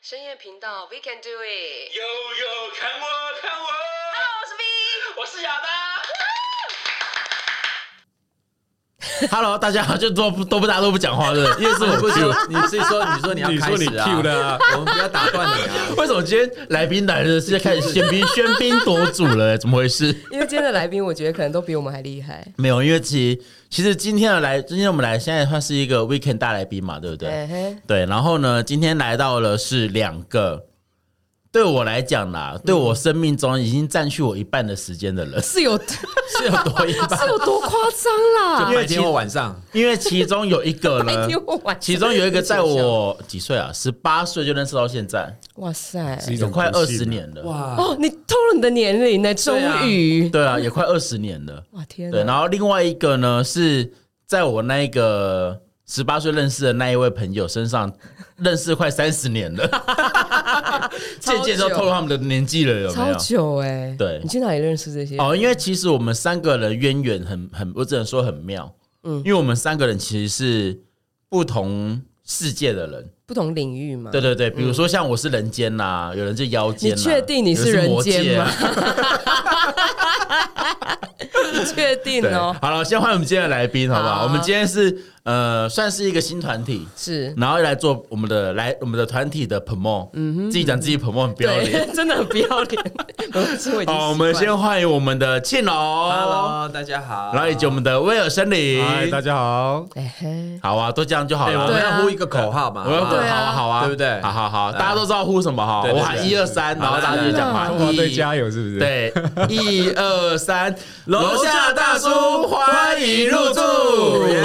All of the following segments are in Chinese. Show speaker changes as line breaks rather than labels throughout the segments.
深夜频道，We can do it。
悠悠，看我，看我，
Hello，我是 V。
我是亚当。
Hello，大家好，就都不都不大家都不讲话了， 因为是我
不
不
是
Q，
你自己说，你说你要
你
开
说你
始啊，
Q 的啊，
我们不要打断你啊。
为什么今天来宾来的是开始喧宾喧宾夺主了？怎么回事？
因为今天的来宾，我觉得可能都比我们还厉害。
没有，因为其实其实今天的来，今天我们来现在算是一个 weekend 大来宾嘛，对不对？
嗯哼，
对，然后呢，今天来到了是两个，对我来讲啦，对我生命中已经占据我一半的时间的 人，
是有 是
是有多一半？
有多夸张啊哎啦？
因为
白
其
天或晚上，
因为其中有一 个
白
呢，
天或晚上
其中有一个在我几岁啊？十八岁就认识到现在，
哇塞，
是一
也
种
快二
不幸
十
啊
年了。
哇，
哦，你透露你的年龄呢？终于，
对啊，也快二十年了。
哇天啊
对，
哪！
然后另外一个呢，是在我那一个十八岁认识的那一位朋友身上认识快三十年了，
超
渐
久
渐都透露他们的年纪了，有没
超
有？
久哎，
对
你去哪里认识这些？
哦，因为其实我们三个人渊源很很，我只能说很妙，嗯，因为我们三个人其实是不同世界的人，
不同领域嘛。
对对对，比如说像我是人间呐、有人是妖间、
嗯你
啊，
确定你
有
是
人
人
魔界
间
啊
吗？？ 你确定
对，
哦？
好了，先换我们今天的来宾，好不好？
好啊
我们今天是呃，算是一个新团体，
是，
然后来做我们的来我们的团体的 promo，嗯自己讲自己 promo 很不要脸。
对，真 的很不要脸。我其实我已经
好，我们
习惯
先欢迎我们的庆龙
Hello，大家好。
然后以及我们的威尔森林。
嗨，大家好，
了哎嘿。
好啊，都这样就好
哎我
了。
们
对啊
要呼一个口号嘛，
我要
好
好
不好
对啊
啊好啊，
对不对
好好好，大家都知道呼什么哈，
对对
我
对
喊一二三，然后大
哎
家就讲嘛，
中华队
一
加油，是不是？，
对，一二三，楼下大叔欢迎入住。
耶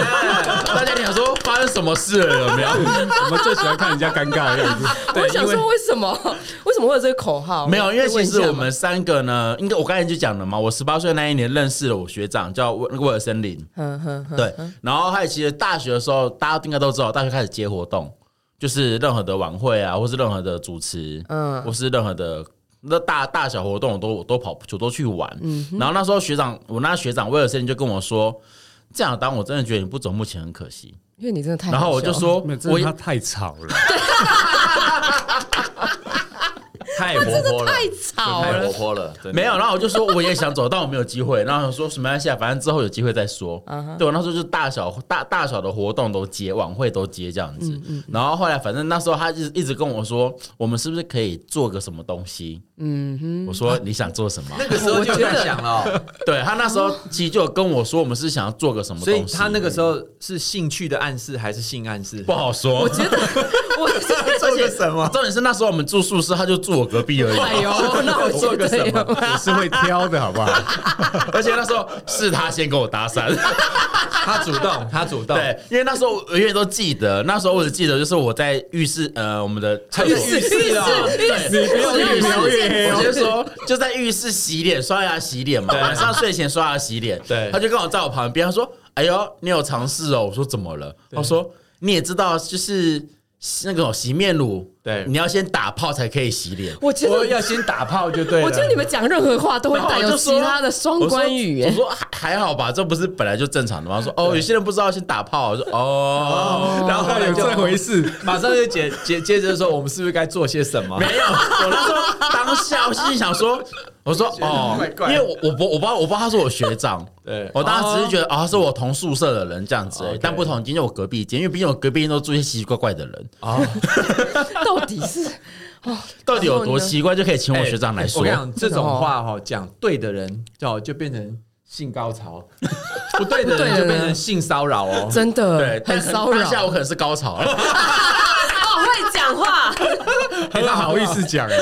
大家想说发生什么事了有没有？
我们最喜欢看人家尴尬的样 子。
我想
因为
说，为什么 为什么会有这个口号？
没有，因为
可以问
其
一
实
下吗
我们三个呢，应该我刚才就讲了嘛，我十八岁那一年认识了我学长叫威威尔森林，
哼哼哼
对，然后他其实大学的时候，大家应该都知道，大学开始接活动，就是任何的晚会啊，或是任何的主持，
嗯
嗯，或是任何的。那大大小活动我都我都跑不去，我都去玩。然后那时候学长，我那学长威尔森林就跟我说：“这样当我真的觉得你不走幕前很可惜。”
因为你真的太好
然
笑……
后我就说
没有，真
我
的
也
他太吵了，
太活泼了，
太吵
太活
了，
泼了，真的
没有，然后我就说我也想走，但我没有机会。然后我说什么关系啊，反正之后有机会再说。
嗯
对，我那时候就大小大大小的活动都接，晚会都接这样子。
嗯
然后后来反正那时候他一直一直跟我说，我们是不是可以做个什么东西？嗯哼，我说你想做什 么？
那个时候就在想了哦，
对他那时候其实就有跟我说，我们是想要做个什么
所以
东西。
他那个时候是兴趣的暗示还是性暗示？
不好啊说，我觉得
我
做个什么？
重点是那时候我们住宿舍，他就住我隔壁而已。
哎呦， 那我
做个什么
觉得有
我啊是会挑的好 不好？
而且那时候是他先跟我搭讪。
他主 动，他主动，
对，因为那时候我永远都记得，那时候我只记得就是我在浴室，呃，我们的厕
还
所
有浴室啊，
你不要越描越黑
我
哦。
就说就在浴室洗脸、刷牙、洗脸嘛，晚上睡前刷牙、洗脸。
对
他就跟我在我旁边，他说：“哎呦，你有尝试哦。”我说：“怎么了？”他说：“你也知道，就是那种洗面乳，
对
你要先打泡才可以洗脸。”
我觉得，
要先打炮就对
我觉得你们讲任何话都会
啊然后
带
我
有
就
其
说
他的双关语，
我
哎，
说我说还还好吧，这不是本来就正常的吗？他说哦，有些人不知道先打泡，我说哦，
然后
到底有这回事？
马上就接接接着说，我们是不是该做些什么？
没有，我那时候当下我心里想说，我 说哦
怪，
因
怪的
为我我不我不知道我不知道他是我学长，
对
我当时只是觉得啊、哦他是我同宿舍的人这样子而已、
哦，OK
但不同，今天我隔壁间，因为毕竟我隔壁间都住一些奇奇怪怪的人，
啊，
到底 是
到底有多奇怪就可以请我学长来
哎我
说。
跟你讲，这种话哈、讲对的人哦，就变成性高 潮；不对的人就变成性骚扰哦。
真的
对，
很
但
骚扰
当，下我可能是高潮啊 了，
好会 讲话，
哎他好意思讲哎，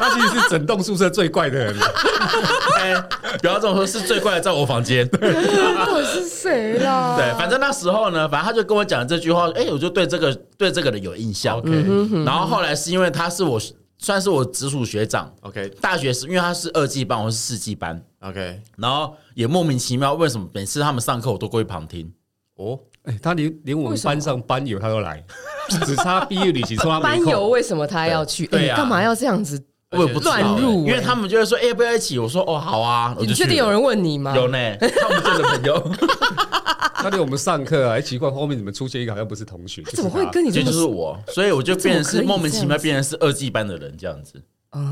他其实是整栋宿舍最怪的人。
哎不要这么说，是最怪的在我房间。
到底是谁啦？
对，反正那时候呢，反正他就跟我讲这句话，哎、我就对这个对这个人有印象。嗯
嗯
然后后来是因为他是我算是我直属学长，
OK
大学是因为他是二季班，我是四季班，
OK，
然后也莫名其妙为什么每次他们上课我都过去旁听，
哦，
哎，他连连我
为
们
什么
班上班友他都来， 只差毕业旅行说他没
班
空
友为什么他要去？
对
哎
对啊
干嘛要这样子？
我也不知道、
乱入
因
欸
为他们就会说，哎、要不要一起？我说，哦，好啊，我
你
就去
确
了
定有人问你吗？
有呢，看不见的朋友。
那天我们上课啊，哎奇怪，后面怎么出现一个好像不是同学？
怎么
就
会
是 他
跟你
这就
这么
是我，所以我就变成是
你怎么可以
莫名其
这
妙
样子
变成是二季班的人这样子。啊，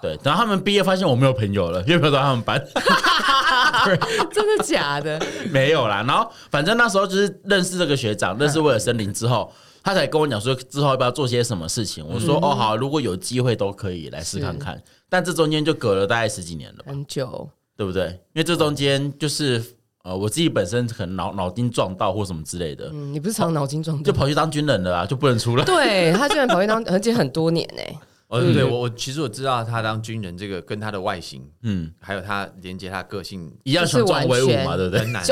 对，然后他们毕业发现我没有朋友了，因为没有到他们班，
真的假的？
没有啦。然后反正那时候就是认识这个学
嗯
长，认识威尔森林之后，他才跟我讲说之后要不要做些什么事情。我
嗯
说哦好，如果有机会都可以来试看看。但这中间就隔了大概十几年了吧，
很久，
对不对？因为这中间就是呃我自己本身可能脑脑筋撞到或什么之类的，
嗯，你不是常脑 筋撞
就
到？
跑去当军人了啊，就不能出来。
对他居然跑去当，而且很多年呢、
哦，对，我我其实我知道他当军人这个跟他的外形，
嗯，
还有他连接他个性
一样雄壮威武嘛，对不对？
很难。
啊，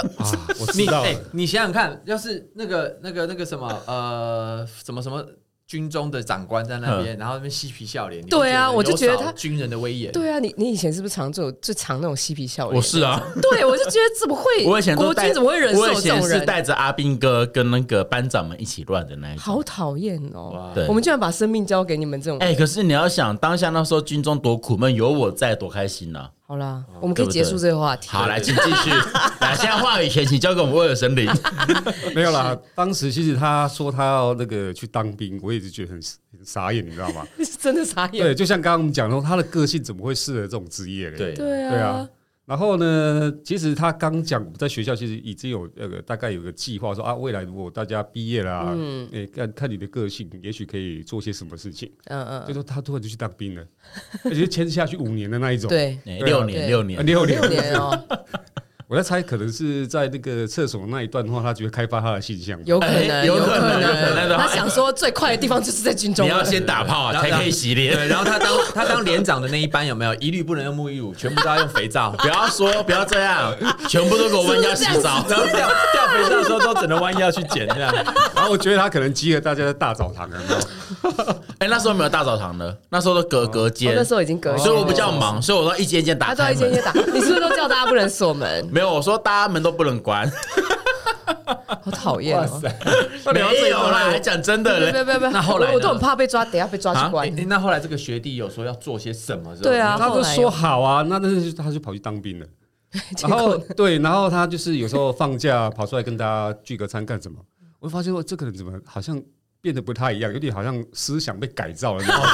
我知
你
道
哎
了，
你想想看，要是那个那个那个什么呃什么什么军中的长官在那边，然后那边嬉皮笑脸，你
对啊
会
我就觉得
有少
他
军人的威严，
对啊，你你以前是不是常做最常那种嬉皮笑脸？
我是 啊。
对，我就觉得怎么会？
我以前都
国
带
军怎么会忍受
我以
这
前
种
是
人？
带着阿兵哥跟那个班长们一起乱的那一种。
好讨厌哦！
哇
对
我们居然把生命交给你们这种。
哎、可是你要想，当下那时候军中多苦闷，有我在多开心呐、
好啦，我们可
对
以
不对
结束这个话题。
哦好，来，请继续。来，现在话语权请交给我们威尔森林。
啊
没有啦。当时其实他说他要那个去当兵，我也是觉得很很傻眼，你知道吗？
是 真的傻眼。
对，就像刚刚我们讲说，他的个性怎么会适合这种职业嘞？
对
对
对啊，。然后呢，其实他刚讲，我们在学校其实已经有那个大概有个计划说啊，未来如果大家毕业啦，嗯，诶、看看你的个性，也许可以做些什么事情。
嗯嗯，
就说他突然就去当兵了， 而且是签下去五年的那一种，
对，
哎
对啊
六年，
对
六
呃，
年，
六年
六。年哦，
我在猜，可能是在那个厕所那一段的话，他就会开发他的性向吧。
有可
哎
能，
有可
可
能有可能的话
他想说最快的地方就是在军中
你
了。
要先打炮啊，
然后
才可以洗
对，
脸。，
然后他当他当连长的那一班有没有一律不能用沐浴乳，全部都要用肥皂
不要说，不要这样，全部都给我弯腰洗澡。
然后 掉掉肥皂的时候都只能弯腰去捡这样。
然后我觉得他可能集合大家在大澡堂，有没有？
哎、那时候没有大澡堂的，那时候都隔隔
我
间、
哦那时候已经隔绝了，啊
所以我比较忙，所以我都一间一间打
他都要
开
一间一
门。
间打。你是不是都叫大家不能 锁门？
没有，我说大家门都不能关。
好讨厌 哦！
没有啦，还讲真的
别
嘞。
别别别，
那后来呢
我我都很怕被抓，等一下被抓
啊
去
哎
关。
那后来这个学弟有说要做些什么？是吧
对啊
他
后
就
来
说
有
好啊，那但是他就跑去当兵了。
结
然后
果
对，然后他就是有时候放假跑出来跟大家聚个餐干什么？我就发现说哦这个人怎么好像变得不太一样，有点好像思想被改造了那种。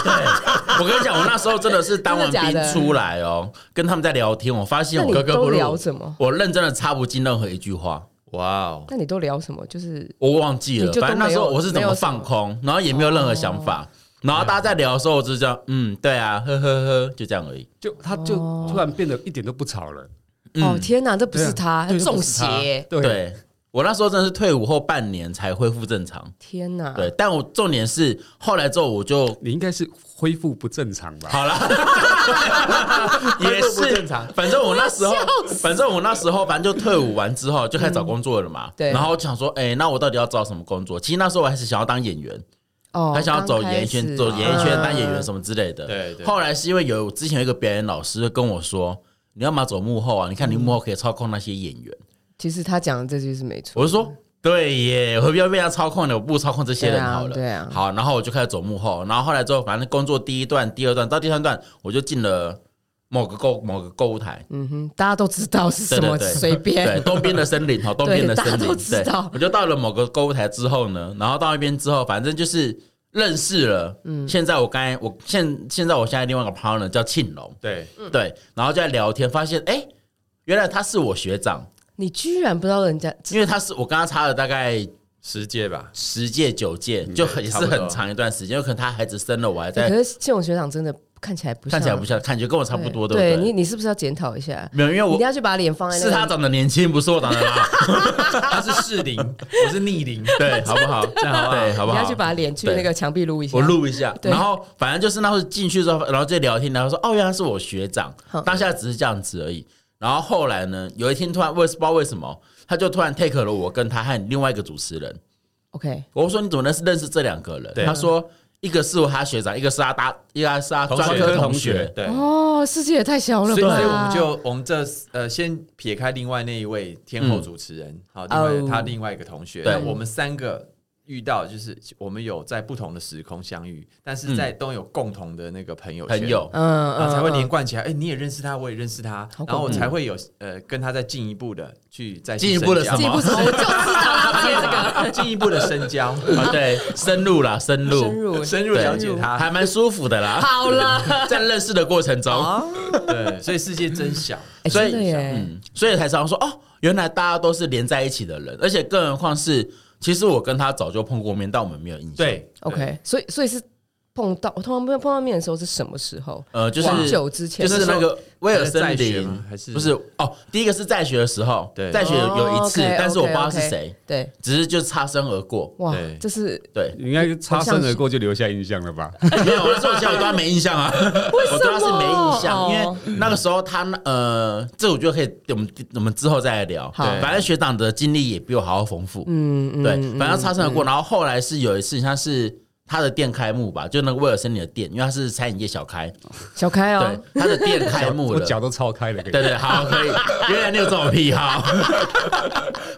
我跟你讲，我那时候真的是当完
真的
兵
假的
出来哦，跟他们在聊天，我发现我格格不
那你都
入
聊什么。
我认真的插不进任何一句话，
哇哦，
那你都聊什么？就是
我忘记了
你。就都
反
没
正那
有哦
时候我是怎么放空，然后也没有任何想法。然后大家在聊的时候，我就这样，嗯，对啊，呵呵呵，就这样而已。
就他就突然变得一点都不吵了，
嗯
哦天哪，这不
啊
是他，
对
中邪！
对，
对我那时候真的是退伍后半年才恢复正常。
天哪，
对，但我重点是后来之后我就
你应该是恢复不正常吧？
好 了，也
恢复不
是
正常
反正我那时候
我笑，死嗯
反正我那时候，反正就退伍完之后就开始找工作了嘛。
对
然后我想说，哎、那我到底要找什么工作？其实那时候我还是想要当演员，
哦，
还想要走演艺
刚开
圈，
始
走演艺圈
嗯
当演员什么之类的。
对对
后来是因为有之前有一个表演老师跟我说。你要嘛走幕后啊？你看
嗯
你幕后可以操控那些演员，
其实他讲的这句是没错，
我就说对耶，我不要被他操控的，我不如操控这些人好了。
对啊对啊
好，然后我就开始走幕后，然后后来之后，反正工作第一段、第二段到第三段，我就进了某个购某个购物台，
嗯哼，大家都知道是什么，
对对对
随
对，
便。
东边的 森林哈，东边的森
大家
林，
都知
对
道，
我就到了某个购物台之后呢，然后到那边之后，反正就是认识了。嗯，现在我刚才我现现在我现在另外一个 partner 叫庆龙，
对，
嗯
对，然后就在聊天，发现哎、诶原来他是我学长，
你居然不知道人家
因为他是我跟他差了大概
十届吧，
十届九届，就很也
嗯差
是
不多
很长一段时间，有可能他孩子生了，我还
欸
在
可是庆勇学长真的看起来不像，
看起来不像，感觉跟我差不多，
哎对
不
你，
对？
你是不是要检讨一下？
没有，因为
你一定
我
要去把脸放在那
是他
个。
长得年轻，不是我长得 老，
他是适龄，我是逆龄，
对，好不好？
这样好不好
对，好不
你
好？
要去把脸去
对
那个墙壁撸一下。
我录一下，
对
然后反正就是那时候进去之后，然后就聊天，然后说哦，原来是我学长，当下只是这样子而已。然后后来呢，有一天突然为不知道为什么，他就突然 take 了我跟他和另外一个主持人。
OK，
我说你怎么能认识这两个人？
对
他说一个是我他学长，一个是他搭，一个是他
同
专
学
科
同
同
学
学。
对。
哦，啊世界也太小了吧。
所以，所以我们就我们这呃，先撇开另外那一位天后主持人，好，另外
嗯哦
他另外一个同学，
对
那我们三个遇到，就是我们有在不同的时空相遇，但是在都有共同的那个朋友圈
朋友，
嗯
啊
然后才会 连
嗯，
贯起来。哎、你也认识他，我也认识他，
好恐怖
然后我才会有呃跟他再进一步的去再
进一步的
深交
什
进一
么
步什么？我就知道要接这个
进一步的深交，
啊，对，深入啦，深入，
深入
深入了解他。
还蛮舒服的啦。
好了，
在认识的过程中，
哦，
对，所以世界真小。
哎
所以
真的耶，
嗯，所以才常说哦，原来大家都是连在一起的人，而且更何况是，其实我跟他早就碰过面，但我们没有印象。，
对
OK，所以所以是碰到，我通常碰碰到面的时候是什么时候？
呃，就是
很久之前，
就是那个威尔森
还在学
林
吗还是
不是哦？第一个是在学的时候，
对
在学有有一次
哦，OK，，
但是我不知道是
OK，OK
谁，
对，
只是就擦身而过。
哇
对，
这是
对，
你应该擦身而过就留下印象了吧？
没有，那时候我记得我对他没印 象啊，我对他是没印象，
哦
因为那个时候他呃，这我觉得可以，我们我们之后再来聊。
好
对反正学长的经历也比我还要丰富。
嗯嗯，
对，反正擦身而过。然后后来是有一次，他是他的店开幕吧，就那个威尔森林的店，因为他是餐饮业小开，
小开
对
哦，，
他的店开幕
我
了。
脚都超开了，可以
对对，好，可以。原来你有这种癖好，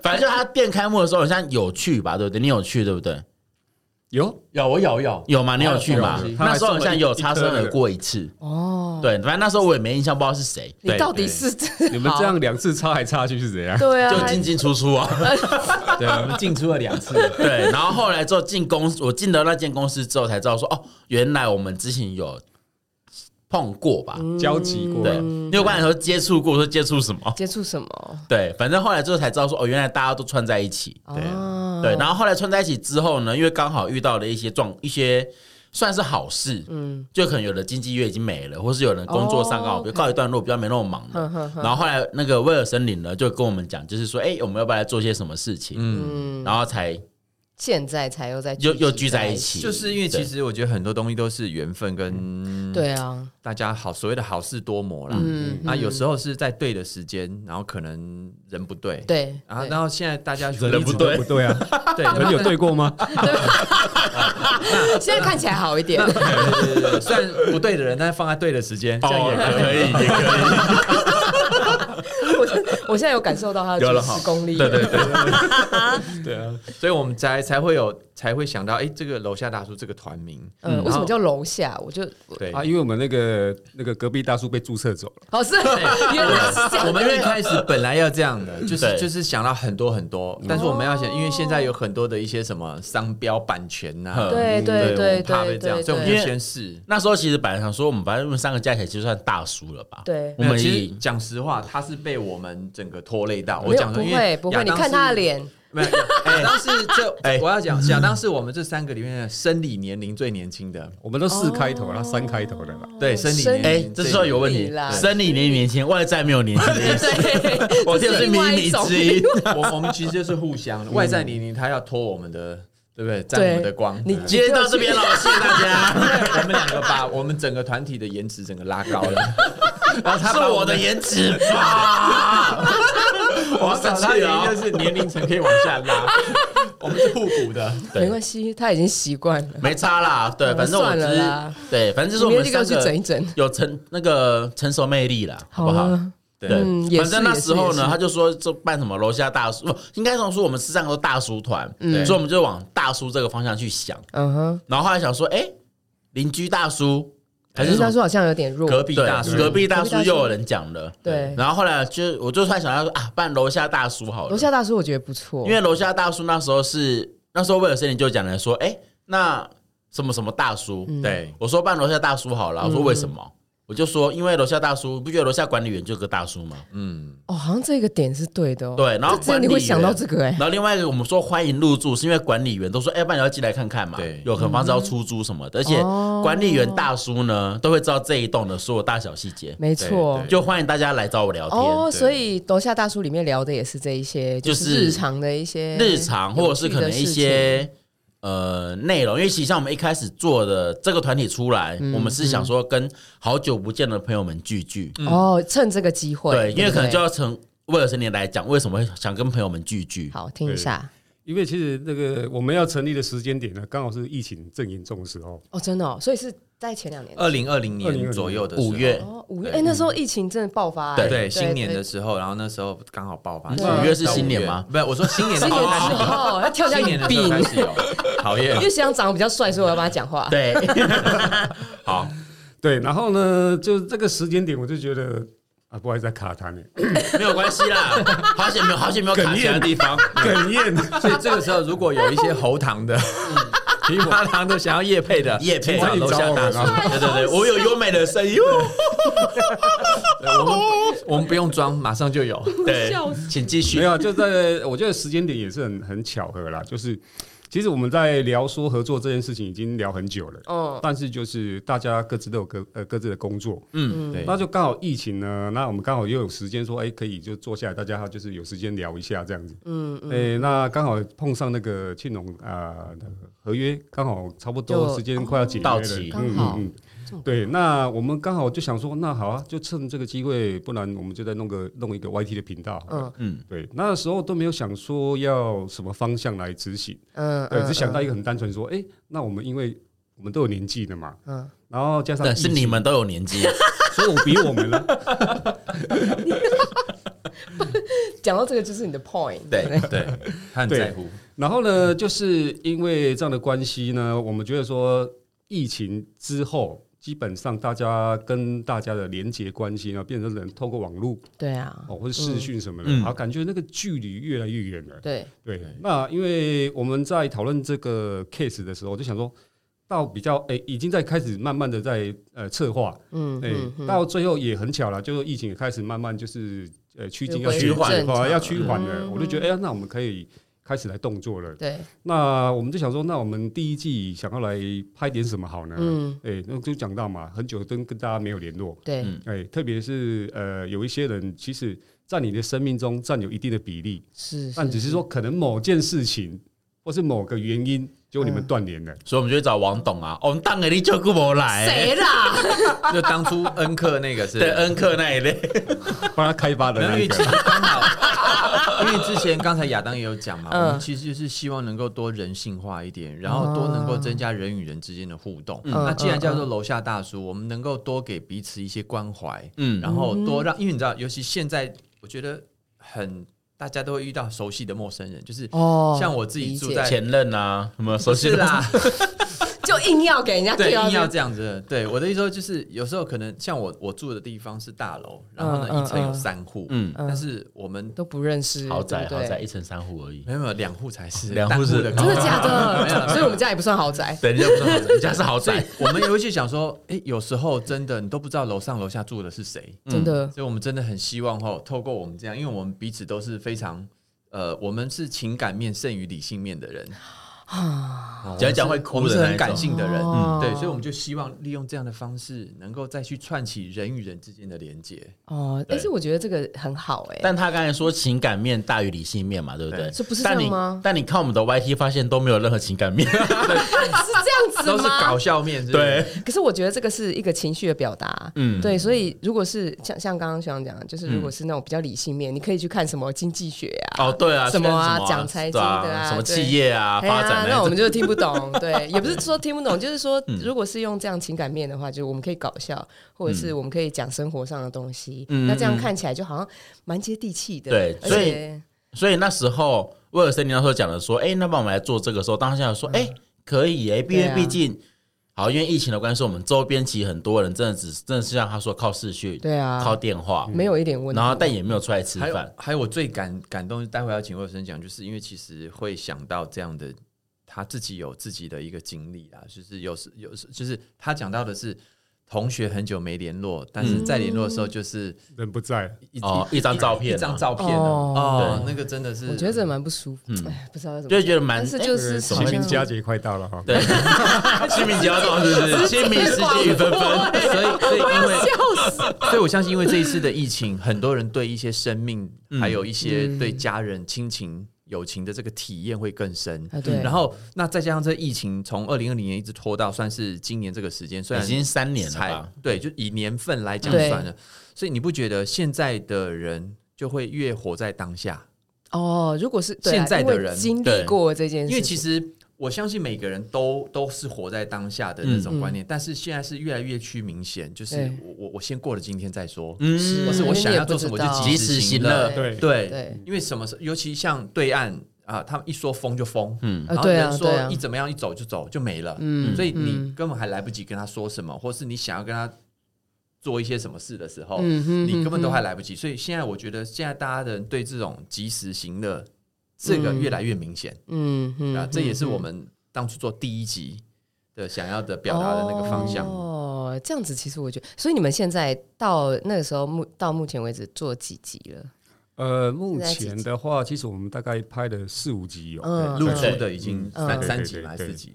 反正就他店开幕的时候，好像有去吧，对不对？你有去对不对？
有
有我有有
有吗？你有去吗
有有有？
那时候好像也有擦身而过一次，
哦，嗯
对，反正那时候我也没印象，不知道是谁，
你
对
到底
对
是
你们这样两次插来插去是怎样？
对啊，
就进进出出 啊。
哎
对，我们进出了两次。
对，然后后来之后进公司，我进了那间公司之后才知道说，哦，原来我们之前有碰过吧？
嗯
交集过，
对，因为我刚才说接触过，说接触什么？
接触什么？
对，反正后来之后才知道说，哦，原来大家都串在一起。
对啊
对，然后后来串在一起之后呢，因为刚好遇到了一些状一些算是好事，嗯，就可能有的经济月已经没了，或是有人工作上刚好
哦
比如
OK
告一段落，比较没那么忙
哼
了
哼。哼
然后后来那个威尔森林呢，就跟我们讲，就是说，哎，我们要不要来做些什么事情？
嗯，
然后才
现在才又在
又又
集
聚在一，起，
就是因为其实我觉得很多东西都是缘分跟
对啊，
大家好所谓的好事多磨啦。
嗯
啊，有时候是在对的时间，然后可能人不对。。
对
啊
然后，
对
然后现在大家
人
不 对
不对啊，
对，
你们有对过吗？
现在看起来好一点，
对对对对，虽然不对的人，但是放在对的时间，这样也可以。
以，也可以。
我我现在有感受到他
有
的
了
主
哈
持功力，
对对对，
对啊，
所以我们才才会有才会想到，哎，这个楼下大叔这个团名，
嗯，
嗯
为什么叫楼下？我就
对
啊，因为我们那个那个隔壁大叔被注册走了，
哦是，原来是这样，
我们一开始本来要这样的，就是
对
就是想到很多很多，但是我们要想，因为现在有很多的一些什么商标版权呐、
嗯
对对
我们
对
怕
对
被这样，
对
所以我
对
们就先试。
那时候其实本来想说，我们反正我们三个加起来其实算大叔了吧？
对
我
没有
们
其实
以
讲实话，他是被我们整个拖累到。我
没有
讲
不
说，因
会
为
不
亚
会，你
当
看
是
他的， 脸，
没有，亚当是这，
哎
我要讲，亚当是我们这三个里面的生理年龄最年轻的，
我们都四开头，他三开头的
哦
啦。
对，生理年龄
哎、这
最
时候有问
生理
题
啦，
生理年年轻，外在没有年轻的意思。
对，
我
这
就是是
另
迷
外一
你
种
之一，
我我们其实就是互相的，外在年龄他要拖我们 的，对不对？沾我
对
们的光。
你
今天到这边了，谢谢大 家。
我们两个把我们整个团体的颜值整个拉高了，然后他
是
把
我
们
的，颜值吧？我
我
生
找他
气
原
了
因
哦。
就是年龄层可以往下拉， 我们是互补的，
没
对
关系，他已经习惯了。
没差啦，对，反正我
算
只
了
是
啦
对，反正就是我们
你明
三
天就给我去整一啊
个
整
有成那个成熟魅力啦，好不好？
了，
对
对，
嗯也是
反正那时候
也
呢，
是
他就说这办什么楼下大叔，不应该这么说，我们是这样说大叔团，
嗯
所以我们就往大叔这个方向去想。
嗯哼，
然后后来想说，哎、邻居大叔还是
可是
什
他
么
说好像有点弱，
隔壁大叔
对，隔壁大
隔壁
叔
大叔
又有人讲了。
对
然后后来就我就突然想到说啊，办楼下大叔好了，
楼下大哦叔我觉得不错，
因为楼下大叔那时候是那时候威尔森林就讲了说，哎、那什么什么大叔，
嗯
对
我说办楼下大叔好了，我说为什么？我就说，因为楼下大叔，不觉得楼下管理员就有个大叔吗？
嗯，
哦，好像这个点是对的哦。
对，然后
这只有
管理
你
员
会想到这个哎
然，后另外一个我们说欢迎入住，是因为管理员都说，哎、不然你要进来看看嘛。
对
有很房子要出租什么的，而且
哦
管理员大叔呢都会知道这一栋的所有大小细节，
没错
对。
就欢迎大家来找我聊天。
哦，
对
所以楼下大叔里面聊的也是这一些，
就是
是日常的一些
日常或者是可能一
有趣的事情
些呃内容，因为其实像我们一开始做的这个团体出来，
嗯
我们是想说跟好久不见的朋友们聚聚，
哦，趁这个机会，
嗯对，因为可能就
对
要从威尔森林来讲，为什么会想跟朋友们聚聚？
好听一下，
因为其实那个我们要成立的时间点呢，刚好是疫情正严重的时候。
哦，真的、哦，所以是在前两年
二零二零
2020
年左右的时候
五月，
哦，五月，哎、
对
那时候疫情真的爆发、哎
对新年的时候，然后那时候刚好爆发。
你
对
是
啊
五月是新年吗？？
不是，我说新年的
新
时候
年的
开
时
始有，
候要跳下
哦新
一
年的时候
病，
开始有， 讨厌
因为学长长得比较帅，所以我要帮他讲话。
对，
好。
对，然后呢，就这个时间点，我就觉得啊，不好意思，在卡痰呢，
没有关系啦，好险没有，好险没有卡其他地方。
哽咽。
所以这个时候，如果有一些喉糖的、
嗯
枇杷糖的想要叶配 的，
叶配
请找楼下大叔。
对对 对，我有啊优美的声音。
对我们我们不用装，马上就有。
对
笑，
请继续
没。有啊，就在我觉得时间点也是很很巧合啦，就是其实我们在聊说合作这件事情已经聊很久了，
嗯，
但是就是大家各自都有各呃各自的工作，
嗯，
对
那就刚好疫情呢，那我们刚好又有时间说，哎、可以就坐下来，大家就是有时间聊一下这样子，嗯，哎、那刚好碰上那个庆隆啊合约，刚好差不多
就嗯
时间快要解约
到
了
期
刚好
嗯，对，那我们刚好就想说，那好啊，就趁这个机会，不然我们就再弄个弄一个 YT 的频道好了，
嗯
对，那时候都没有想说要什么方向来执行，
嗯，
对，
嗯
只想到一个很单纯说，哎、那我们因为我们都有年纪了嘛，
嗯
嗯，然后加上
对，
疫
是
情
你，们都有年纪，
所以我比我们了，
讲到这个就是你的 point，
对
对，他很在乎。
然后呢，就是因为这样的关系呢，我们觉得说疫情之后。基本上，大家跟大家的连接关系呢，变成人透过网络
对啊，
哦，或者视讯什么的，
嗯
好，感觉那个距离越来越远了。
对，
对，那因为我们在讨论这个 case 的时候，我就想说，到比较诶、已经在开始慢慢的在呃策划，
嗯
诶、
嗯嗯，
到最后也很巧了，就是疫情也开始慢慢就是呃趋近
就
要
恢
复
缓
正常
要趋缓了，
嗯
我就觉得哎、呀那我们可以开始来动作了。
对，
那我们就想说，那我们第一季想要来拍点什么好呢？
嗯，
诶，那就讲到嘛，很久跟跟大家没有联络，
对，
嗯
哎、特别是呃有一些人其实。在你的生命中占有一定的比例，
是，
但只是说可能某件事情或是某个原因，结果你们断联
嗯
了。
所以我们就会找王董啊。我们当年你就顾不来，
谁啦？
就当初恩克那个是
对，恩克那一 类，
帮他开发的
没有
那
因为
一
其实
个。
刚好，因为之前刚才亚当也有讲嘛，
嗯
我们其实就是希望能够多人性化一点，然后多能够增加人与人之间的互动。
哦嗯
那既然叫做楼下大叔，我们能够多给彼此一些关怀，
嗯，
然后多让，因为你知道，尤其现在，我觉得很大家都会遇到熟悉的陌生人，就是
哦
像我自己住
理解
在。
前任啊，什么熟
不
悉
是
的
啦，
就硬要给人家
对，
贴到
硬要
这
这样子。对，我的意思说就是，有时候可能像我我住的地方是大楼，然后
嗯
呢一层有三户，
嗯
嗯，
嗯
但是我们
都不认识，
豪宅，
对不
豪
对
宅一层三户而已。
没有没有两户才是
两户是
大
真
高
的
楼
假
没有啦
的？所以我们
没有
家也不算豪宅，
对，人家不是豪 宅，人家是豪
所以
宅。
我们尤其想说，哎，有时候真的你都不知道楼上楼下住的是
嗯
谁，
真的，
所以我们真的很希望哦，透过我们这样，因为我们彼此都是非常。呃，我们是情感面胜于理性面的人，啊
讲一讲会哭的
我们是
那
很
一种
感性的人，
哦
嗯对，所以我们就希望利用这样的方式，能够再去串起人与人之间的连接。
哦，
对
但是我觉得这个很好哎，
但他刚才说情感面大于理性面嘛，对不对？
对
这不是
但
这样
你
吗
但你看我们的 YT 发现都没有任何情感面，
是这样
都
子
是
吗
搞？笑面，是不是
对，
可是我觉得这个是一个情绪的表达，
嗯
嗯，对，所以如果是像像刚刚学长讲的，就是如果是那种比较理性面，你可以去看什么经济学啊，
哦，对啊，
什么啊
现在是
讲财
对
经的啊
什么
对
企业啊，
哎
发
呀
展啊
那我们就听不懂，对，也不是说听不懂，就是说
嗯
如果是用这样情感面的话，就是我们可以搞笑，或者是我们可以讲生活上的东西，
嗯
那这样看起来就好像蛮接地气的，
对
而
所以
且
所以那时候威尔森尼那时候讲的说，哎、那帮我们来做这个时候，当时想说，哎、可以耶、因
对
为
啊
毕竟好，因为疫情的关系，我们周边其实很多人真的只真的是像他说靠视讯，
对啊
靠电话，
没有一点问题，
然后但也没有出来吃
还 有
饭，
还有，我最感感动，待会要请魏生讲，就是因为其实会想到这样的，他自己有自己的一个经历啦，就是有时有时就是他讲到的是同学很久没联络，但是再联络的时候就是
人不在，
一
哦一张照片啊
一张照片啊
哦
哦，那个真的是，
我觉得这蛮不舒服，哎，不知道该怎么
嗯就
讲，
觉得蛮哎
但是就是
清
好像
明 佳节快到了哈。
对，清明节要到是不 是？清明时节雨纷 纷，
所以所 以因为
笑死，
所以我相信，因为这一次的疫情，很多人对一些生命，
嗯
还有一些
嗯
对家人、亲情、友情的这个体验会更深
啊。对
然后那再加上这疫情从二零二零年一直拖到算是今年这个时间，虽然
已经三年了
才
吧？
对，就以年份来讲
对
算了。所以你不觉得现在的人就会越活在当下？
哦，如果是对啊
现在的
因为
人
经历
对
过这件事
因
情，
为其实我相信每个人都都是活在当下的那种观念，但是现在是越来越趋明显，就是
嗯对
我我我先过了今天再说，
嗯
或是
因为
我
你
想
也
要
不
做什
知
么我就
道
及
及
时
时
行
行
乐
乐，
对
对
对
因为什么时候，尤其像对岸啊，他们一说封就封，
嗯
嗯，
啊
然后
对啊
人
对啊
说一怎么样一走就走就没了，
嗯
嗯，所以你
嗯
根本还来不及跟他说什么，或是你想要跟他做一些什么事的时候，
嗯哼
你根本
嗯哼
都还来不及。所以现在我觉得，现在大家的人对这种及时行乐这个越来越明显
嗯嗯
啊，这也是我们当初做第一集的想要的表达的那个方向。
哦，这样子其实我觉得，所以你们现在到那个时候目到目前为止做几集了？
呃，目
现在几
前
集
的话，其实我们大概拍了四五集有，
嗯
露
嗯
出的已经
嗯
三
嗯
三集
对对对
嘛，还
对
是四集？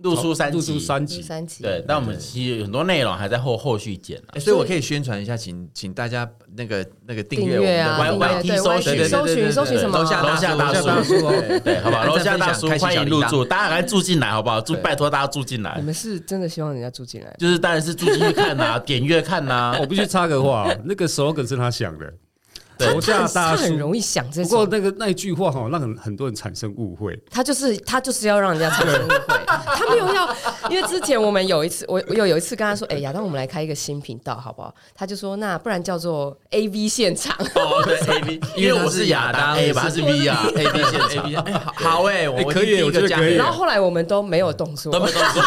露
哎
出三集，
露出三
第
集，
三集
对，但我们其实有很多内容还在后后续剪啊
欸。所以我可以宣传一下，请请大家那个那个订
订
阅我们
阅啊，
的
订阅
YYT
对
搜寻
对对对
YYT 搜
对
寻
对
搜寻
对
什么？
楼下
楼下大
叔，
叔
大叔哦，
对，好不好？
按赞
楼下大
分享
叔
开启
欢
小
迎
铃
入
铛
住，大家来住进来好不好？住，
对
拜托大家住进来
你。们是真的希望人家住进来？
就是当然是住进去看呐、 点阅看 呐、
哦我必须插个话，那个 slogan 是他想的，
对
楼下大
他很
叔。
容易想这
不过
种，
那个那一句话哈，让很很多人产生误会。
他就是他就是要让人家产生误会，他没有要，因为之前我们有一次，我我有有一次跟他说，哎，亚当，我们来开一个新频道好不好？他就说，那不然 叫做 A V 现场，
哦，对，A B，因为我是亚当 A 吧，他是 V 啊，A B 现
A B
场
哎，好好哎，我
哎可以
我
我觉得可以
然后后来我们都没有动作
都，没动作，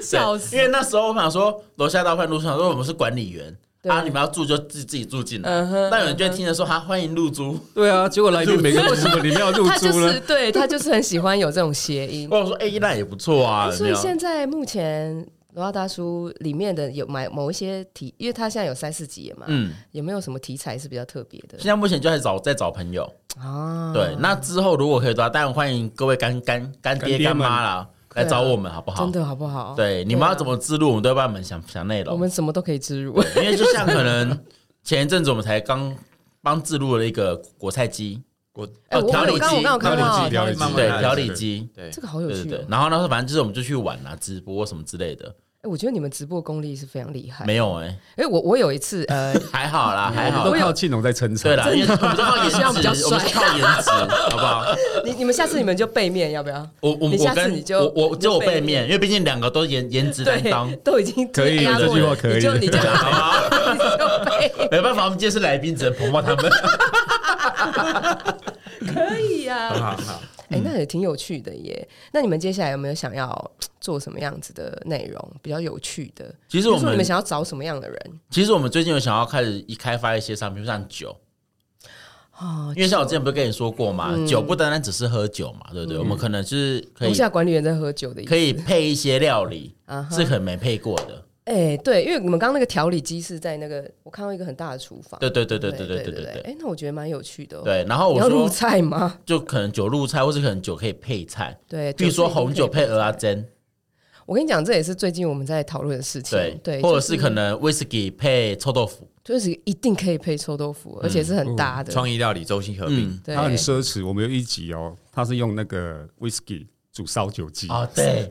笑死
因。为那时候我想说，楼下大饭路上说我们是管理员。
对
啊！你们要住就自自己住进来
嗯哼，
那有人就会听着说：“哈，欢迎入租。
对啊，结果来宾每个为什么你们要入
他就
租
是
呢？
对他就是很喜欢有这种谐” 音。
我说：“哎，那也不错啊。”有
所
没
以
有？
现在目前罗大大叔里面的有买某一些题，因为他现在有三四集了嘛，
嗯，
有没有什么题材是比较特别的
现在目前就在找在找朋友。
啊？
对，那之后如果可以的话，当然欢迎各位干干干爹
干爹
干
们
妈啦，来找我们好不好
啊真？的好不好？，啊
对，你们要怎么哦自录，我们都会帮你们想想内
我
容。
们什么都可以植入。
因为就像可能前一阵子我们才刚帮自录了一个果菜机，
我
哎，
哦
我
调理
我刚我
机
刚有看
调理
到
机调理机
调理
对
对，
对
调理机，
对
这个好有
对对
趣
对
哦。。
然后那时候反正就是我们就去玩啊，直播什么之类的。
哎，我觉得你们直播功力是非常厉害。
没有哎，
哎，我我有一次 呃，
还好啦，还好
都。靠庆龙在撑场
对。啦，因为我们就靠颜值，
这样
我
比较
们
帅
是靠颜值，好不好？
你你们下次你们就背面要不要？
我我
你下
我
次
跟
你就
我我就我
你就背
背面，因为毕竟两个都颜颜值担当
对，，都已经
可以
压
这
过
句
了
话可
你就
以
你就
好不好？
你就背
没办法，我们今天是来宾，只能捧捧他们。
可以呀、
好好，
嗯
哎、那也挺有趣的耶。那你们接下来有没有想要做什么样子的内容比较有趣的？
其实
比如
我
说你们
们
想要找什么样的人？
其实我们最近有想要开始一开发一些商品，比如像酒。
哦，嗯
因为像我之前不是跟你说过嘛，酒不单单只是喝酒嘛，对不对？我们可能就是可
楼
以
下管理员在喝酒的意思，
可以配一些料理
啊哈
是很没配过的。
哎、对，因为你们刚刚那个调理机是在那个，我看到一个很大的厨房。
对对对对对
对
对
对
对对
哎、
对。
那我觉得蛮有趣的、哦。，
对，然后
你
我
要入
说
菜吗？
就可能酒入菜，或是可能酒可以配菜，
对，
比如说红酒配鹅
啊
啊。煎，
我跟你讲，这也是最近我们在讨论的事情。
对
对，
或者
就是
可能威士忌配臭豆腐，
就是一定可以配臭豆腐，而且是很搭的。
创意料理周星合并
嗯，
对，
哦他很奢侈，我们有一集哦，他是用那个 whisky 煮烧酒鸡，
哦
啊，对，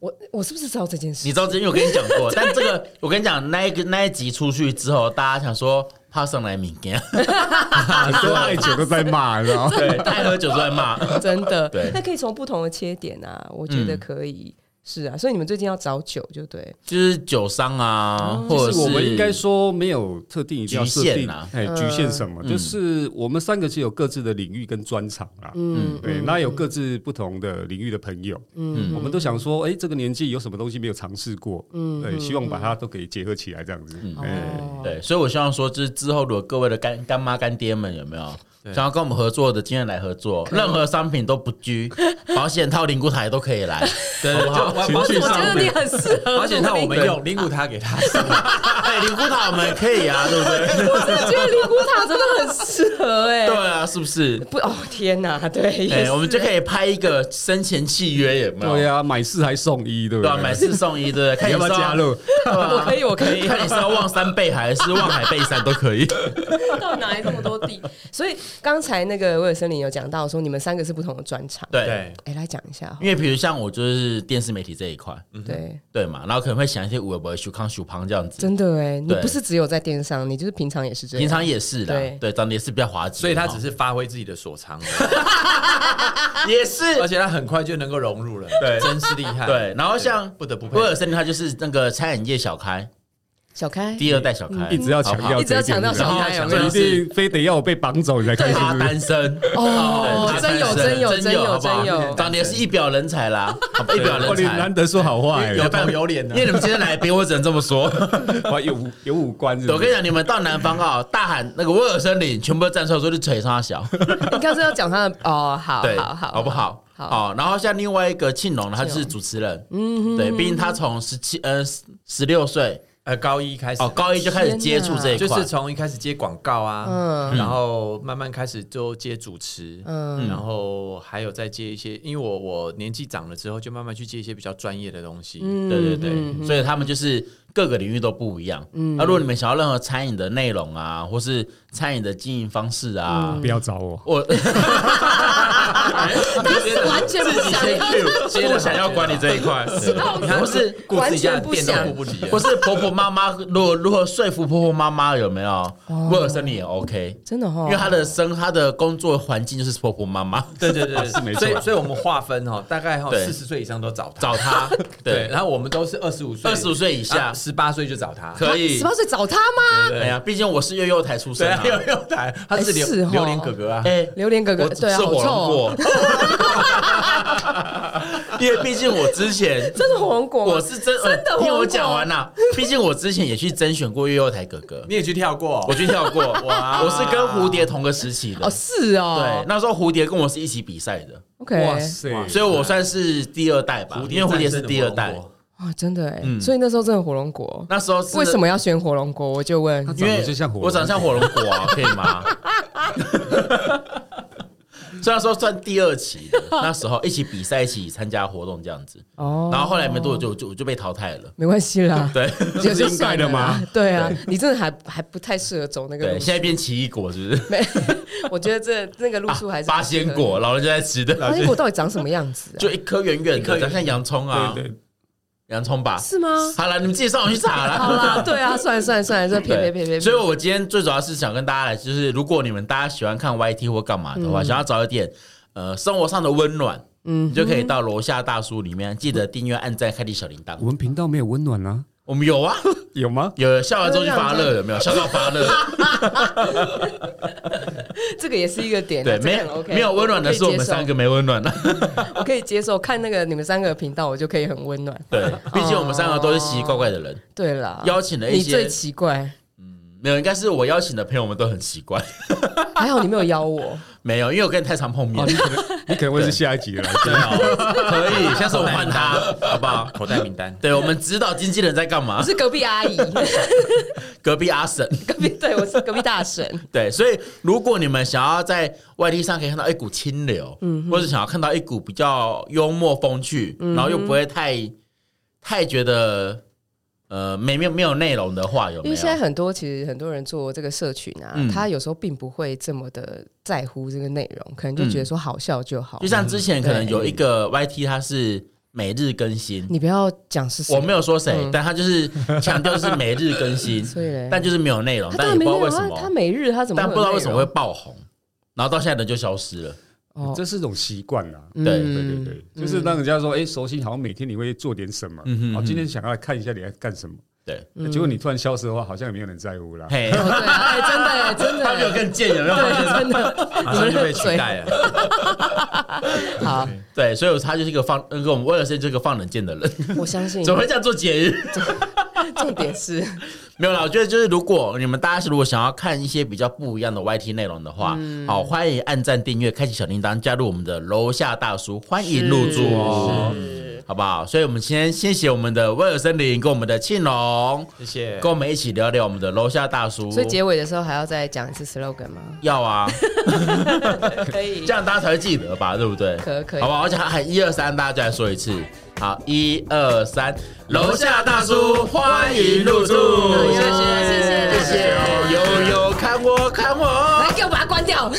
我我是不是知道这件事？
你知道之前因为我跟你讲 过，但这个我跟你讲，那一个那一集出去之后，大家想说怕上来敏感，
很多爱酒都在骂，你知道 吗？
对，爱喝酒都在骂，
真的，
对嗯
那可以从不同的切点啊，我觉得可以。是啊，所以你们最近要找酒就对，
就是酒商啊，或者
就是
是
我们应该说没有特定一定要设
局
定
限啊，
哎，局限什么？就是我们三个是有各自的领域跟专长啦。
嗯，
对，那有各自不同的领域的朋友，嗯，我们都想说，哎，这个年纪有什么东西没有尝试过，嗯，对，希望把它都给结合起来，这样子，
嗯
哎，
哦，
对，所以我希望说，就是之后如果各位的干干妈干爹们有没有想要跟我们合作的，今天来合作，任何商品都不拘，保险套、灵骨塔也都可以来，对
对
不好？
就保
我
险
觉
套
得
我
你
们，
很适合，
保险套我们用，灵骨塔给他，
哎，灵骨塔我们也可以啊，对不对？
我真的觉得灵骨塔真的很适合 哎、
对啊，是不是？
不哦天哪，对，也
哎，
是
我们就可以拍一个生前契约，有没有？
对呀，买四还送一，对不
对
对
啊，？买四送一，对不对？看
你
你
要
是
不要加入？
对啊
我可以我可以
看你是要望山背海，还是望海背山都可以。
到底哪来这么多地？所以刚才那个威尔森林有讲到说你们三个是不同的专场，
对，
对，
哎、来讲一下好了，
因为比如像我就是电视媒体这一块，
对，
对嘛，然后可能会想一些我不会修康修胖这样子。
真的哎、对你
对
不是只有在电视上，你就是平常也是这样。
平常也是的
对，
对，长得也是比较滑稽，
所以他只
是
是发挥自己的所长而已，
啊
也是
而且他很快就能够融入了，
对
真是厉害。
啊对。然后像
不得不佩
威尔
服，
森，他就是那个餐饮界小开，嗯
小 开
第二代小开，
一直要强
好不好
调
一直要
这
强
点，
调小
然
开
后
有没
强
有
你一？定非得要我被绑走你才开心，
他
是不是
单身。
哦
对，
真有
他单
真
身
有真有
好不好
真有，
长得也是一表人才 啦，好啊吧一表
哇
人
哦你
才
难。得说好话哎，
有头有脸
因
的
为。你们今天来宾，我只能这么说。
哇有五有五官是不是，
我跟你讲，你们到南方啊，大喊那个威尔森林，全部都站出来说你腿上小，
你刚才要讲他的哦，好
对，
好好，
不好？
好
好。然后像另外一个庆隆，他是主持人，嗯，对，毕竟他从十七呃十六岁
呃，高一开始
哦高一就开始接触这一
就
块
是，从一开始接广告啊，
嗯
然后慢慢开始就接主持，
嗯
然后还有再接一些，因为我我年纪长了之后，就慢慢去接一些比较专业的东西，
嗯
对对
嗯
对，所以他们就是各个领域都不一样。嗯，那如果你们想要任何餐饮的内容啊，或是餐饮的经营方式啊，
嗯
不要找我，
我
他是完全不想要，
不想要管理这一块，
你看
不是
顾自己家
完全
的
不
店都
想
顾不及啊了
不是婆婆妈妈，如果如何说服婆婆妈妈有没
哦
有？威尔森林也 OK，
真的哦哈，
因为她的生她的工作环境就是婆婆妈 妈
对对对，
是没错
所以所以我们划分哦，大概哈
对
四十岁以上都找他，
找她，
对，
对，
然后我们都是二十五岁，啊
二十五岁以下
啊
十八岁就找他。
可以
十。八岁找他吗？
哎呀，毕竟我是幼幼台出
对
身
啊
啊，。
有有台，他是榴
哎是哦
榴莲哥哥啊，
哎，
榴莲哥哥，
我
对啊，
是
好
火
臭哦，
龙果， 因为毕竟我之前
真的火龙果吗，
我是真
真的
呃
火龙果
听我讲完啦。毕竟我之前也去甄选过幼幼台哥 哥，
你也去跳过，
我去跳过，
哇
我是跟蝴蝶同个时期的
哦，。是
对
哦，，
那时候蝴蝶跟我是一起比赛的，
，OK，
塞
嗯
所以我算是第二代吧，因为蝴蝶是第二代。
哇，真的哎，
嗯
所以那时候真的火龙果，
那时候是
为什？么要选火龙果？我就问，
他
因
长
为
得就像火龙，
我长得像火龙果啊，可以吗？ 虽然说算第二期的，那时候一起比赛，一起参加活动这样子，
哦，
然后后来没多久就就就被淘汰了。
没关系啦，
对
就
这是应该的嘛
算了啦？对啊，你真的还还不太适合走那个
对，
路
现在
线。
变奇异果是不是？
没， 我觉得这那个路数还 是
啊八仙果，。老人家在吃的，
八仙果到底长什么样子啊？
就一颗圆圆的，长像洋葱啊
对，对，
洋葱吧。
是吗？
好了，你们自己上网去查
好
啦。
啦，对啊，算了算了算了，这
对
撇撇撇撇。
所以，我今天最主要是想跟大家来，就是如果你们大家喜欢看 YT 或干嘛的话，想要找一点呃生活上的温暖，
嗯
你就可以到楼下大叔里面，记得订阅、按赞、开启小铃铛
嗯
我。们频道没有温暖啊，
我们有啊，
有吗？
有笑完之后就发 热，有没有？笑到发热，
这个也是一个点啊，
对，
这个
没
很 OK，
没有温暖的是我们三
个，
个没温暖啊的。
我可以接受看那个你们三个的频道，我就可以很温暖。
对，毕
哦
竟我们三个都是奇奇怪怪的人，
对啦，
邀请了一
你
些
最 奇怪，
没有，应该是我邀请的朋友们都很奇怪，
还好你没有邀我，
没有，因为我跟你太常碰面
哦，你，可能 你可能会是下一集的来宾，
可以，下次我换他，好不好？
口袋名 单，
对，我们指导经纪人在干
我
嘛？
是隔壁阿姨，
隔壁阿婶。
隔壁对我是隔壁大婶。
对，所以如果你们想要在外地上可以看到一股清流，嗯，或者想要看到一股比较幽默风趣，然后又不会太太觉得呃没没有没有内容的话，有没
因
有？
为现在很多其实很多人做这个社群啊，
嗯
他有时候并不会这么的在乎这个内容，可能就觉得说好笑就好。
就像之前可能
嗯对
有一个 YT，它是每日更新，
你不要讲是谁，
我没有说谁，
嗯，
但他就是强调是每日更新
所以嘞
但就是没有内容，
他
但
当
也
然
不
没
知道
有
为什
啊，他
么，
每日他怎么
但
会
不
有
知道为什么会
内容
爆红，然后到现在人就消失了。
哦
这是一种习惯啦。
嗯
对
对对对，就是让人家说，哎，熟悉，好像每天你会做点什么
嗯哼嗯，
哦，
哼
今天想要来看一下你在干什么，
对，
结果你突然消失的话，好像也没有人在乎啦。
嘿，
哦对啊，哎，真的真
他没有
的。
更贱，有没有？
对，真 的，
马上就被
哎
取代了。
好，
对，所以他就是一个放，呃跟我们威尔森这个放冷箭的人，
我相信
怎。么会这样做节日？
重点是，
没有啦，我觉得就是如果你们大家如果想要看一些比较不一样的 YT 内容的话，
嗯
好，欢迎按赞、订阅、开启小铃铛，加入我们的楼下大叔，欢迎入住哦，好不好？所以我们先先谢我们的威尔森林跟我们的庆龙，
谢谢
跟。我们一起聊聊我们的楼下大叔。
所以结尾的时候还要再讲一次 slogan 吗？
要啊，
可以
这，样大家才会记得吧，对不对？
可可以
好不好？而且还还一二三，大家再来说一次。好，一二三，楼下大叔欢迎入住，
哎呦谢谢
谢谢，哦
谢谢
有有看我看我。
来给我把它关掉。